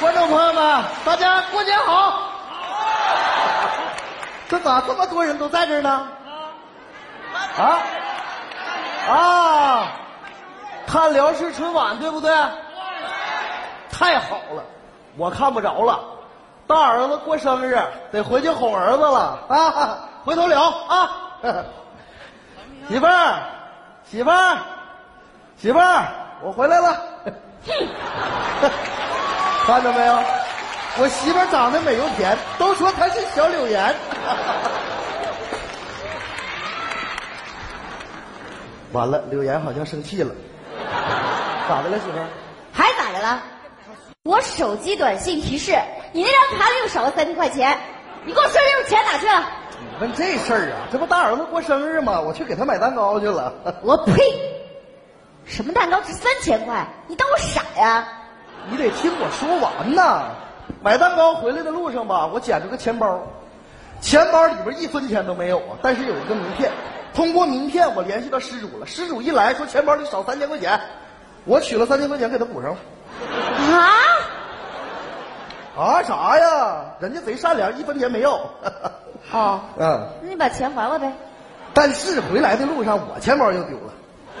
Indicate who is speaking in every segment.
Speaker 1: 观众朋友们，大家过年好！这咋这么多人都在这儿呢？啊啊！看辽视春晚对不对？太好了，我看不着了。大儿子过生日，得回去哄儿子了啊！回头聊啊！ 媳妇儿，媳妇儿，媳妇儿，我回来了。看到没有？我媳妇儿长得美又甜，都说她是小柳岩。 完了，柳岩好像生气了，咋的了，媳妇儿？
Speaker 2: 还咋的了？我手机短信提示你那张卡里又少了三块钱，你给我说这钱哪去了？
Speaker 1: 你问这事儿啊？这不大儿子过生日吗？我去给他买蛋糕去了。
Speaker 2: 我呸！什么蛋糕值三千块？你当我傻呀？
Speaker 1: 你得听我说完呐。买蛋糕回来的路上吧，我捡着个钱包，钱包里边一分钱都没有啊，但是有一个名片。通过名片，我联系到失主了。失主一来说钱包里少三千块钱，我取了三千块钱给他补上了。
Speaker 2: 啊？
Speaker 1: 啊啥呀？人家贼善良，一分钱没要。
Speaker 2: 哦，
Speaker 1: 嗯，
Speaker 2: 那你把钱还我呗。
Speaker 1: 但是回来的路上我钱包又丢了。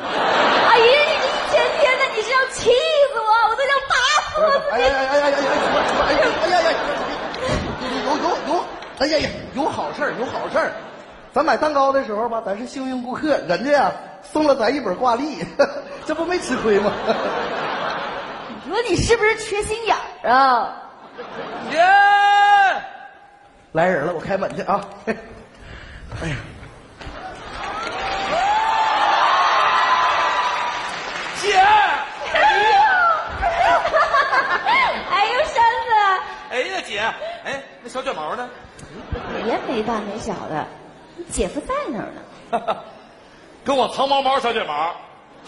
Speaker 2: 哎呀，你这一天天的，你是要气死我，我都想打死我自
Speaker 1: 哎
Speaker 2: 己。
Speaker 1: 呀呀呀呀呀！哎呀哎呀呀！有有有！哎呀呀，有好事儿，有好事儿。咱买蛋糕的时候吧，咱是幸运顾客，人家呀送了咱一本挂历，这不没吃亏吗？
Speaker 2: 你说你是不是缺心眼儿啊？
Speaker 3: 耶！
Speaker 1: 来人了，我开门去啊！哎呀，
Speaker 3: 姐，
Speaker 2: 哎呦，山子，
Speaker 3: 哎呀姐，哎，那小卷毛呢？
Speaker 2: 别没大没小的，你姐夫在那儿呢。
Speaker 3: 跟我藏猫猫小卷毛，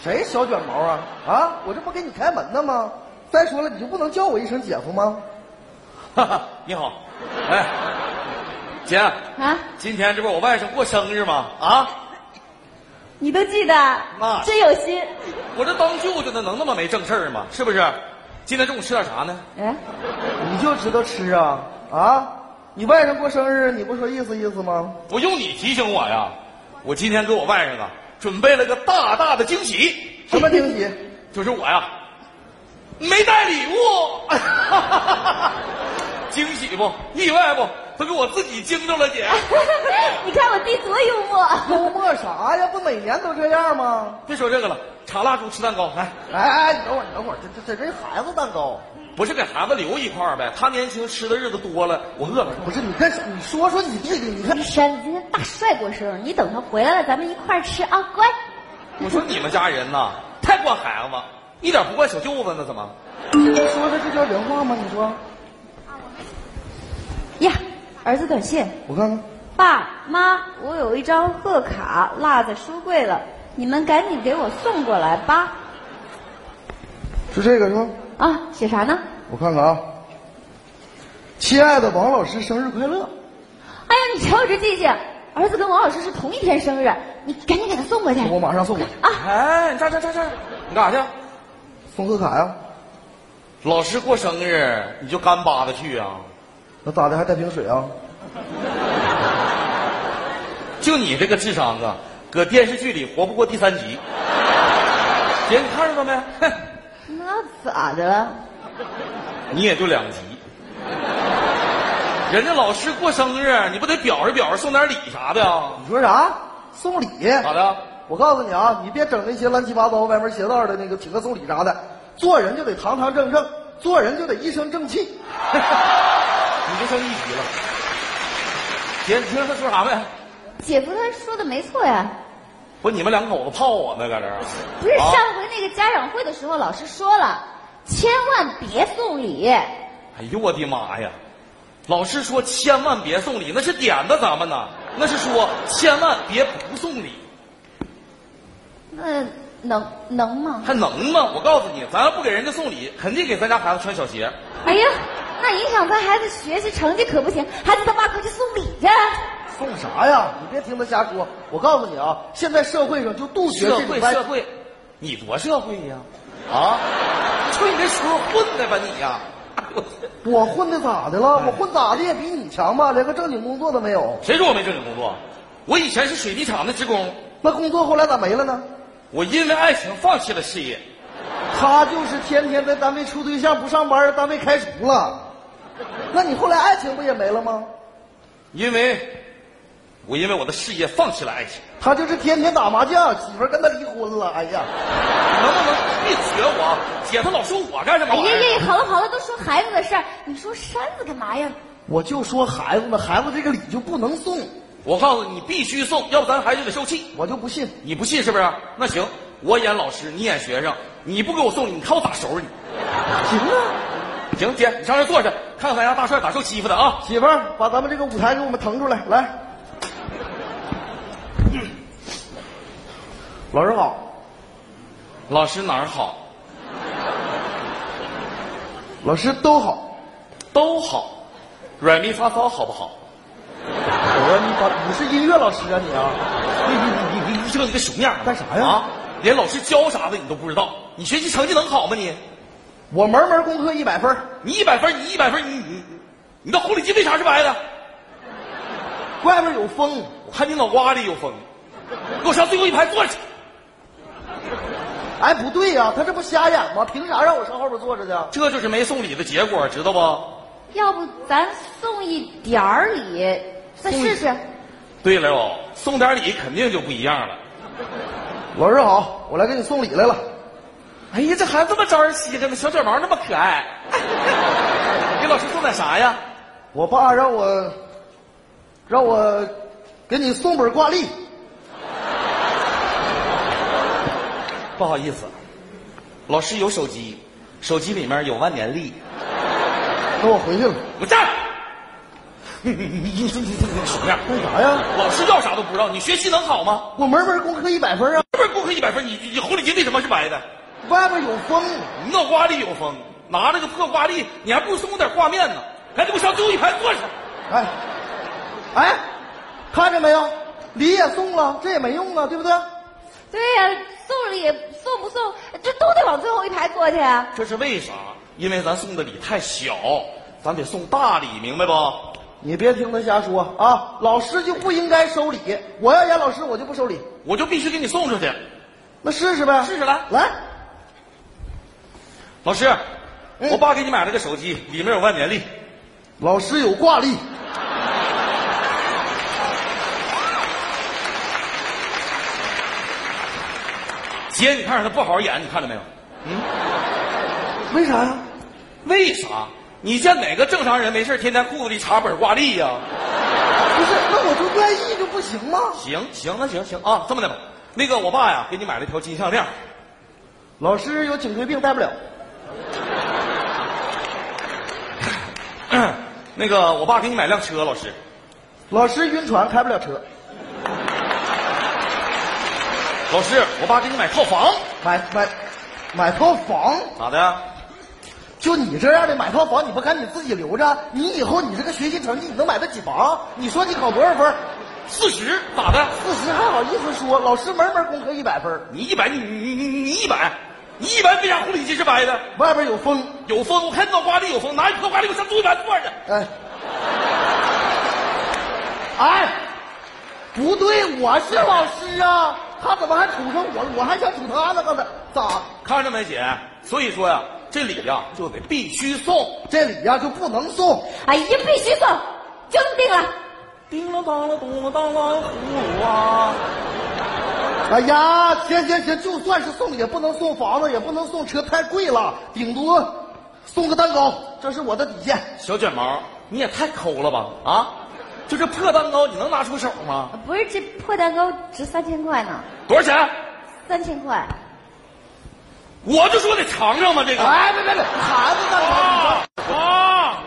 Speaker 1: 谁小卷毛啊？啊，我这不给你开门呢吗？再说了，你就不能叫我一声姐夫吗？
Speaker 3: 哈哈，你好，哎，姐，
Speaker 2: 啊，
Speaker 3: 今天这不是我外甥过生日吗？啊，
Speaker 2: 你都记得，
Speaker 3: 妈
Speaker 2: 真有心。
Speaker 3: 我这当舅舅的能那么没正事儿吗？是不是？今天中午吃点啥呢？
Speaker 2: 哎，
Speaker 1: 你就知道吃啊啊！你外甥过生日，你不说意思意思吗？
Speaker 3: 不用你提醒我呀，我今天给我外甥啊准备了个大大的惊喜，
Speaker 1: 什么惊喜？
Speaker 3: 就是我呀没带礼物，惊喜不？意外不？都给我自己惊着了，姐。
Speaker 2: 你看我弟多幽默。
Speaker 1: 幽默啥呀？不每年都这样吗？
Speaker 3: 别说这个了，插蜡烛吃蛋糕，来，
Speaker 1: 哎哎，你等会儿，你等会儿，这这这这孩子蛋糕，
Speaker 3: 不是给孩子留一块儿呗？他年轻吃的日子多了，我饿了。
Speaker 1: 不是你干啥？你说说你弟弟，你看
Speaker 2: 山子今天大帅过生日，你等他回来了，咱们一块儿吃啊，乖。
Speaker 3: 我说你们家人呐，太惯孩子，一点不惯小舅子呢，怎么？
Speaker 1: 你说说这叫人话吗？你说，
Speaker 2: 呀，儿子短信，
Speaker 1: 我看看，
Speaker 2: 爸妈，我有一张贺卡落在书柜了，你们赶紧给我送过来吧。
Speaker 1: 是这个是吧？
Speaker 2: 啊，写啥呢？
Speaker 1: 我看看啊，亲爱的王老师，生日快乐！
Speaker 2: 哎呀，你瞧我这记性，儿子跟王老师是同一天生日，你赶紧给他送过去。
Speaker 1: 我马上送过去，
Speaker 3: 哎，你站站站站，你干啥去？
Speaker 1: 送贺卡呀。
Speaker 3: 老师过生日你就干巴的去啊？
Speaker 1: 那咋的还带瓶水啊？
Speaker 3: 就你这个智商啊，搁电视剧里活不过第三集。姐，你看着了没？哼
Speaker 2: 那咋的了？
Speaker 3: 你也就两集。人家老师过生日，你不得表示表示，送点礼啥的啊？
Speaker 1: 你说啥？送礼？
Speaker 3: 咋的？
Speaker 1: 我告诉你啊，你别整那些乱七八糟、歪门邪道的那个请客送礼啥的，做人就得堂堂正正，做人就得一身正气。
Speaker 3: 你就剩一集了。姐，你听着他说啥没？
Speaker 2: 姐夫他说的没错呀，
Speaker 3: 不是你们两口子泡我呢，搁这儿。
Speaker 2: 不是
Speaker 3: 啊
Speaker 2: 上回那个家长会的时候，老师说了，千万别送礼。
Speaker 3: 哎呦我的妈呀！老师说千万别送礼，那是点的咱们呢，那是说千万别不送礼，
Speaker 2: 那能能吗？
Speaker 3: 还能吗？我告诉你，咱要不给人家送礼，肯定给咱家孩子穿小鞋。
Speaker 2: 哎呀，那影响咱孩子学习成绩可不行，孩子他爸快去送礼去。
Speaker 1: 送啥呀？你别听他瞎说。我告诉你啊，现在社会上就杜绝
Speaker 3: 社
Speaker 1: 这种
Speaker 3: 会
Speaker 1: 歪
Speaker 3: 社会，你多社会呀、啊？你瞅你这时候混的吧你呀、哎呦我
Speaker 1: 我
Speaker 3: 哎
Speaker 1: 混的咋的了？我混咋的也比你强吧？连个正经工作都没有，
Speaker 3: 谁说我没正经工作？我以前是水泥厂的职工，
Speaker 1: 那工作后来咋没了呢？
Speaker 3: 我因为爱情放弃了事业。
Speaker 1: 他就是天天在单位处对象不上班，单位开除了。那你后来爱情不也没了吗？
Speaker 3: 因为，我因为我的事业放弃了爱情，
Speaker 1: 他就是天天打麻将，媳妇儿跟他离婚了。哎呀，
Speaker 3: 能不能别学我？姐，她老说我干什么
Speaker 2: 哎
Speaker 3: 玩意
Speaker 2: 呀
Speaker 3: 儿？
Speaker 2: 呀，好了好了，都说孩子的事儿，你说扇子干嘛呀？
Speaker 1: 我就说孩子呢，孩子这个礼就不能送，
Speaker 3: 我告诉你，你必须送，要不咱孩子得受气。
Speaker 1: 我就不信。
Speaker 3: 你不信是不是？那行，我演老师，你演学生，你不给我送礼，你看我咋收拾你？
Speaker 1: 行啊，
Speaker 3: 行，姐，你上这坐着，看看咱家大帅咋受欺负的啊！
Speaker 1: 媳妇儿，把咱们这个舞台给我们腾出来，来。老师好，
Speaker 3: 老师哪儿好？
Speaker 1: 老师都好。
Speaker 3: 都好，软咪发骚好不好？
Speaker 1: 我说你把你是音乐老师啊你啊？
Speaker 3: 你你你你你这个熊样儿
Speaker 1: 干啥呀
Speaker 3: 啊，连老师教啥的你都不知道，你学习成绩能好吗你？
Speaker 1: 我门门功课一百分儿，
Speaker 3: 你一百分儿，你一百分儿，你你你你的狐狸精为啥是白的？
Speaker 1: 外面有风，
Speaker 3: 我看你脑瓜里有风，给我上最后一排坐去。
Speaker 1: 哎，不对呀、他这不瞎演吗？凭啥让我上后边坐着去？啊
Speaker 3: 这就是没送礼的结果，知道不？
Speaker 2: 要不咱送一点儿礼，再试试。
Speaker 3: 对了哦，送点礼肯定就不一样了。
Speaker 1: 老师好，我来给你送礼来了。
Speaker 3: 哎呀，这孩子这么招人稀罕呢，小卷毛那么可爱。哎给老师送点啥呀？
Speaker 1: 我爸让我，让我给你送本挂历。
Speaker 3: 不好意思，老师有手机，手机里面有万年历。
Speaker 1: 那我回去了。
Speaker 3: 我站！你你你你你你什么样？
Speaker 1: 干啥呀？
Speaker 3: 老师要啥都不知道，你学习能好吗？
Speaker 1: 我门门功课一百分啊！
Speaker 3: 这边功课一百分，你你你狐狸精为什么是白的？
Speaker 1: 外面有风，
Speaker 3: 你脑瓜里有风，拿着个破挂历，你还不如送我点挂面呢。赶紧给我上最后一排坐下。
Speaker 1: 哎，哎，看见没有？礼也送了，这也没用啊，对不对？
Speaker 2: 对呀、送礼送不送，这都得往最后一排坐去啊。
Speaker 3: 这是为啥？因为咱送的礼太小，咱得送大礼，明白不？
Speaker 1: 你别听他瞎说啊！老师就不应该收礼，我要演老师，我就不收礼。
Speaker 3: 我就必须给你送出去。
Speaker 1: 那试试呗，
Speaker 3: 试试来
Speaker 1: 来，
Speaker 3: 老师，
Speaker 1: 嗯
Speaker 3: 我爸给你买了个手机，里面有万年历。
Speaker 1: 老师有挂历，
Speaker 3: 姐，你看着他不好好演，你看着没有？
Speaker 1: 为啥呀？
Speaker 3: 为啥？你见哪个正常人没事天天裤子里插本挂历呀、
Speaker 1: 不是，那我就愿意就不行吗？
Speaker 3: 行行，那行行啊，这么的吧，那个我爸呀，给你买了一条金项链，
Speaker 1: 老师有颈椎病，戴不了。
Speaker 3: 那个我爸给你买辆车，老师，
Speaker 1: 老师晕船，开不了车。
Speaker 3: 老师，我爸给你买套房，
Speaker 1: 买买买套房，
Speaker 3: 咋的？
Speaker 1: 就你这样的买套房，你不赶紧自己留着？你以后你这个学习成绩，你能买得起房？你说你考多少分？
Speaker 3: 四十，咋的？
Speaker 1: 四十还好意思说？老师门门功课一百分，
Speaker 3: 你一百，你你你你一百，你一百为啥狐狸精是白的？
Speaker 1: 外边有风，
Speaker 3: 有风，我看到瓜里有风，拿一破瓜里我上桌板坐着。
Speaker 1: 哎，哎，不对，我是老师啊，他怎么还杵上我了？我还想杵他呢，刚才咋？
Speaker 3: 看着没，姐？所以说呀，这礼呀就得必须送。
Speaker 1: 这礼呀、就不能送。
Speaker 2: 哎呀，必须送，就这么定了。
Speaker 3: 叮了当了，咚了当啷，葫芦啊！
Speaker 1: 哎呀，行行行，就算是送，也不能送房子，也不能送车，太贵了，顶多送个蛋糕，这是我的底线。
Speaker 3: 小卷毛，你也太抠了吧？啊，就这破蛋糕，你能拿出手吗？
Speaker 2: 不是这破蛋糕值三千块呢，
Speaker 3: 多少钱？
Speaker 2: 三千块。
Speaker 3: 我就说得尝尝嘛，这个。
Speaker 1: 哎，别别别，孩子蛋糕，
Speaker 3: 啊啊！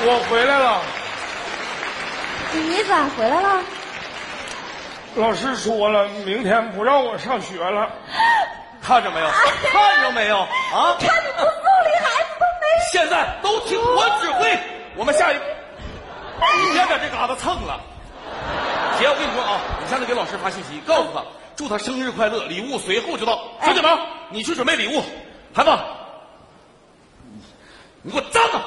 Speaker 3: 我回来了，
Speaker 2: 你咋回来了？
Speaker 4: 老师说了，明天不让我上学了。
Speaker 3: 看着没
Speaker 2: 哎
Speaker 3: 有？看着没有？啊！
Speaker 2: 看你不送礼，孩子都没。
Speaker 3: 现在都听我指挥，我们下一，
Speaker 2: 哎
Speaker 3: 你别在这嘎达蹭了。姐，我跟你说啊，你下次给老师发信息，告诉他祝他生日
Speaker 2: 哎
Speaker 3: 快乐，礼物随后就到。小姐们，你去准备礼物。孩子，你给我站着！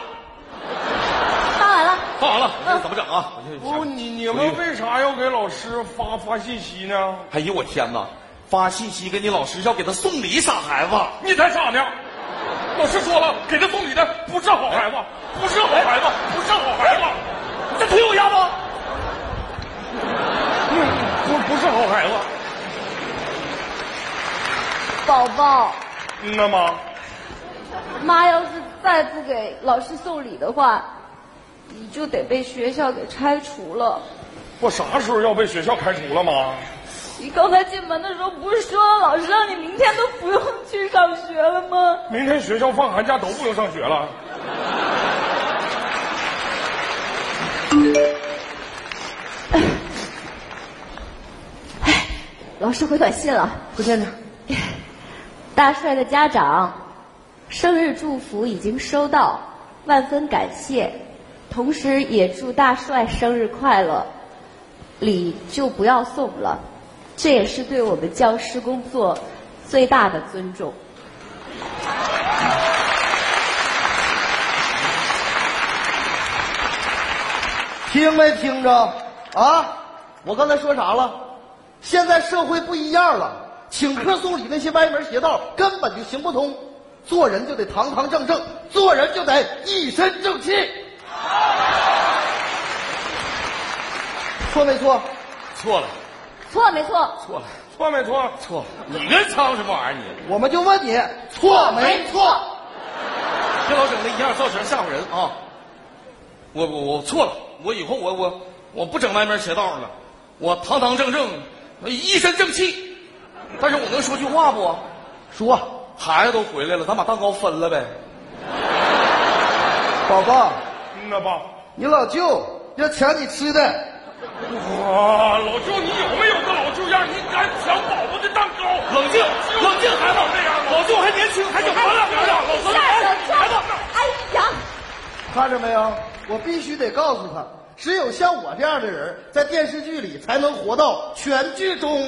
Speaker 2: 发完了，
Speaker 3: 放好了，这怎么整啊？我就
Speaker 4: 不，你你们为啥要给老师发发信息呢？
Speaker 3: 哎呦我天哪！发信息给你老师要给他送礼，傻孩子！
Speaker 4: 你才傻呢！老师说了，给他送礼的不是好孩子，不是好孩子，不是好孩子，
Speaker 3: 你再推我一下子！
Speaker 4: 不不是好孩子。
Speaker 2: 宝宝，
Speaker 4: 嗯呐妈，
Speaker 2: 妈要是再不给老师送礼的话，你就得被学校给拆除了。
Speaker 4: 我啥时候要被学校开除了妈？
Speaker 2: 你刚才进门的时候不是说老师让你明天都不用去上学了吗？
Speaker 4: 明天学校放寒假都不用上学了。
Speaker 2: 老师回短信了，
Speaker 1: 不见着。
Speaker 2: 大帅的家长生日祝福已经收到，万分感谢，同时也祝大帅生日快乐。礼就不要送了，这也是对我们教师工作最大的尊重。
Speaker 1: 听没听着啊？我刚才说啥了？现在社会不一样了，请客送礼那些歪门邪道根本就行不通。做人就得堂堂正正，做人就得一身正气。错没错？
Speaker 3: 错了，
Speaker 2: 错没错？
Speaker 3: 错了，
Speaker 4: 错没错？
Speaker 3: 错了！你跟唱什么玩意儿？你
Speaker 1: 我们就问你错没错？
Speaker 3: 这老整的一样造型吓唬人啊！我我我错了，我以后我我我不整歪门邪道了，我堂堂正正，一身正气。但是我能说句话不？
Speaker 1: 说，
Speaker 3: 孩子都回来了，咱把蛋糕分了呗。
Speaker 1: 宝宝，
Speaker 4: 嗯呐爸，
Speaker 1: 你老舅要抢你吃的。
Speaker 4: 哇，老舅你有没有个老舅样？你敢抢宝宝的蛋糕？
Speaker 3: 冷静，冷静，孩子，这样老舅还年轻，还小，咱俩咱俩，老咱俩，孩子。
Speaker 2: 哎呀！
Speaker 1: 看着没有？我必须得告诉他，只有像我这样的人，在电视剧里才能活到全剧终。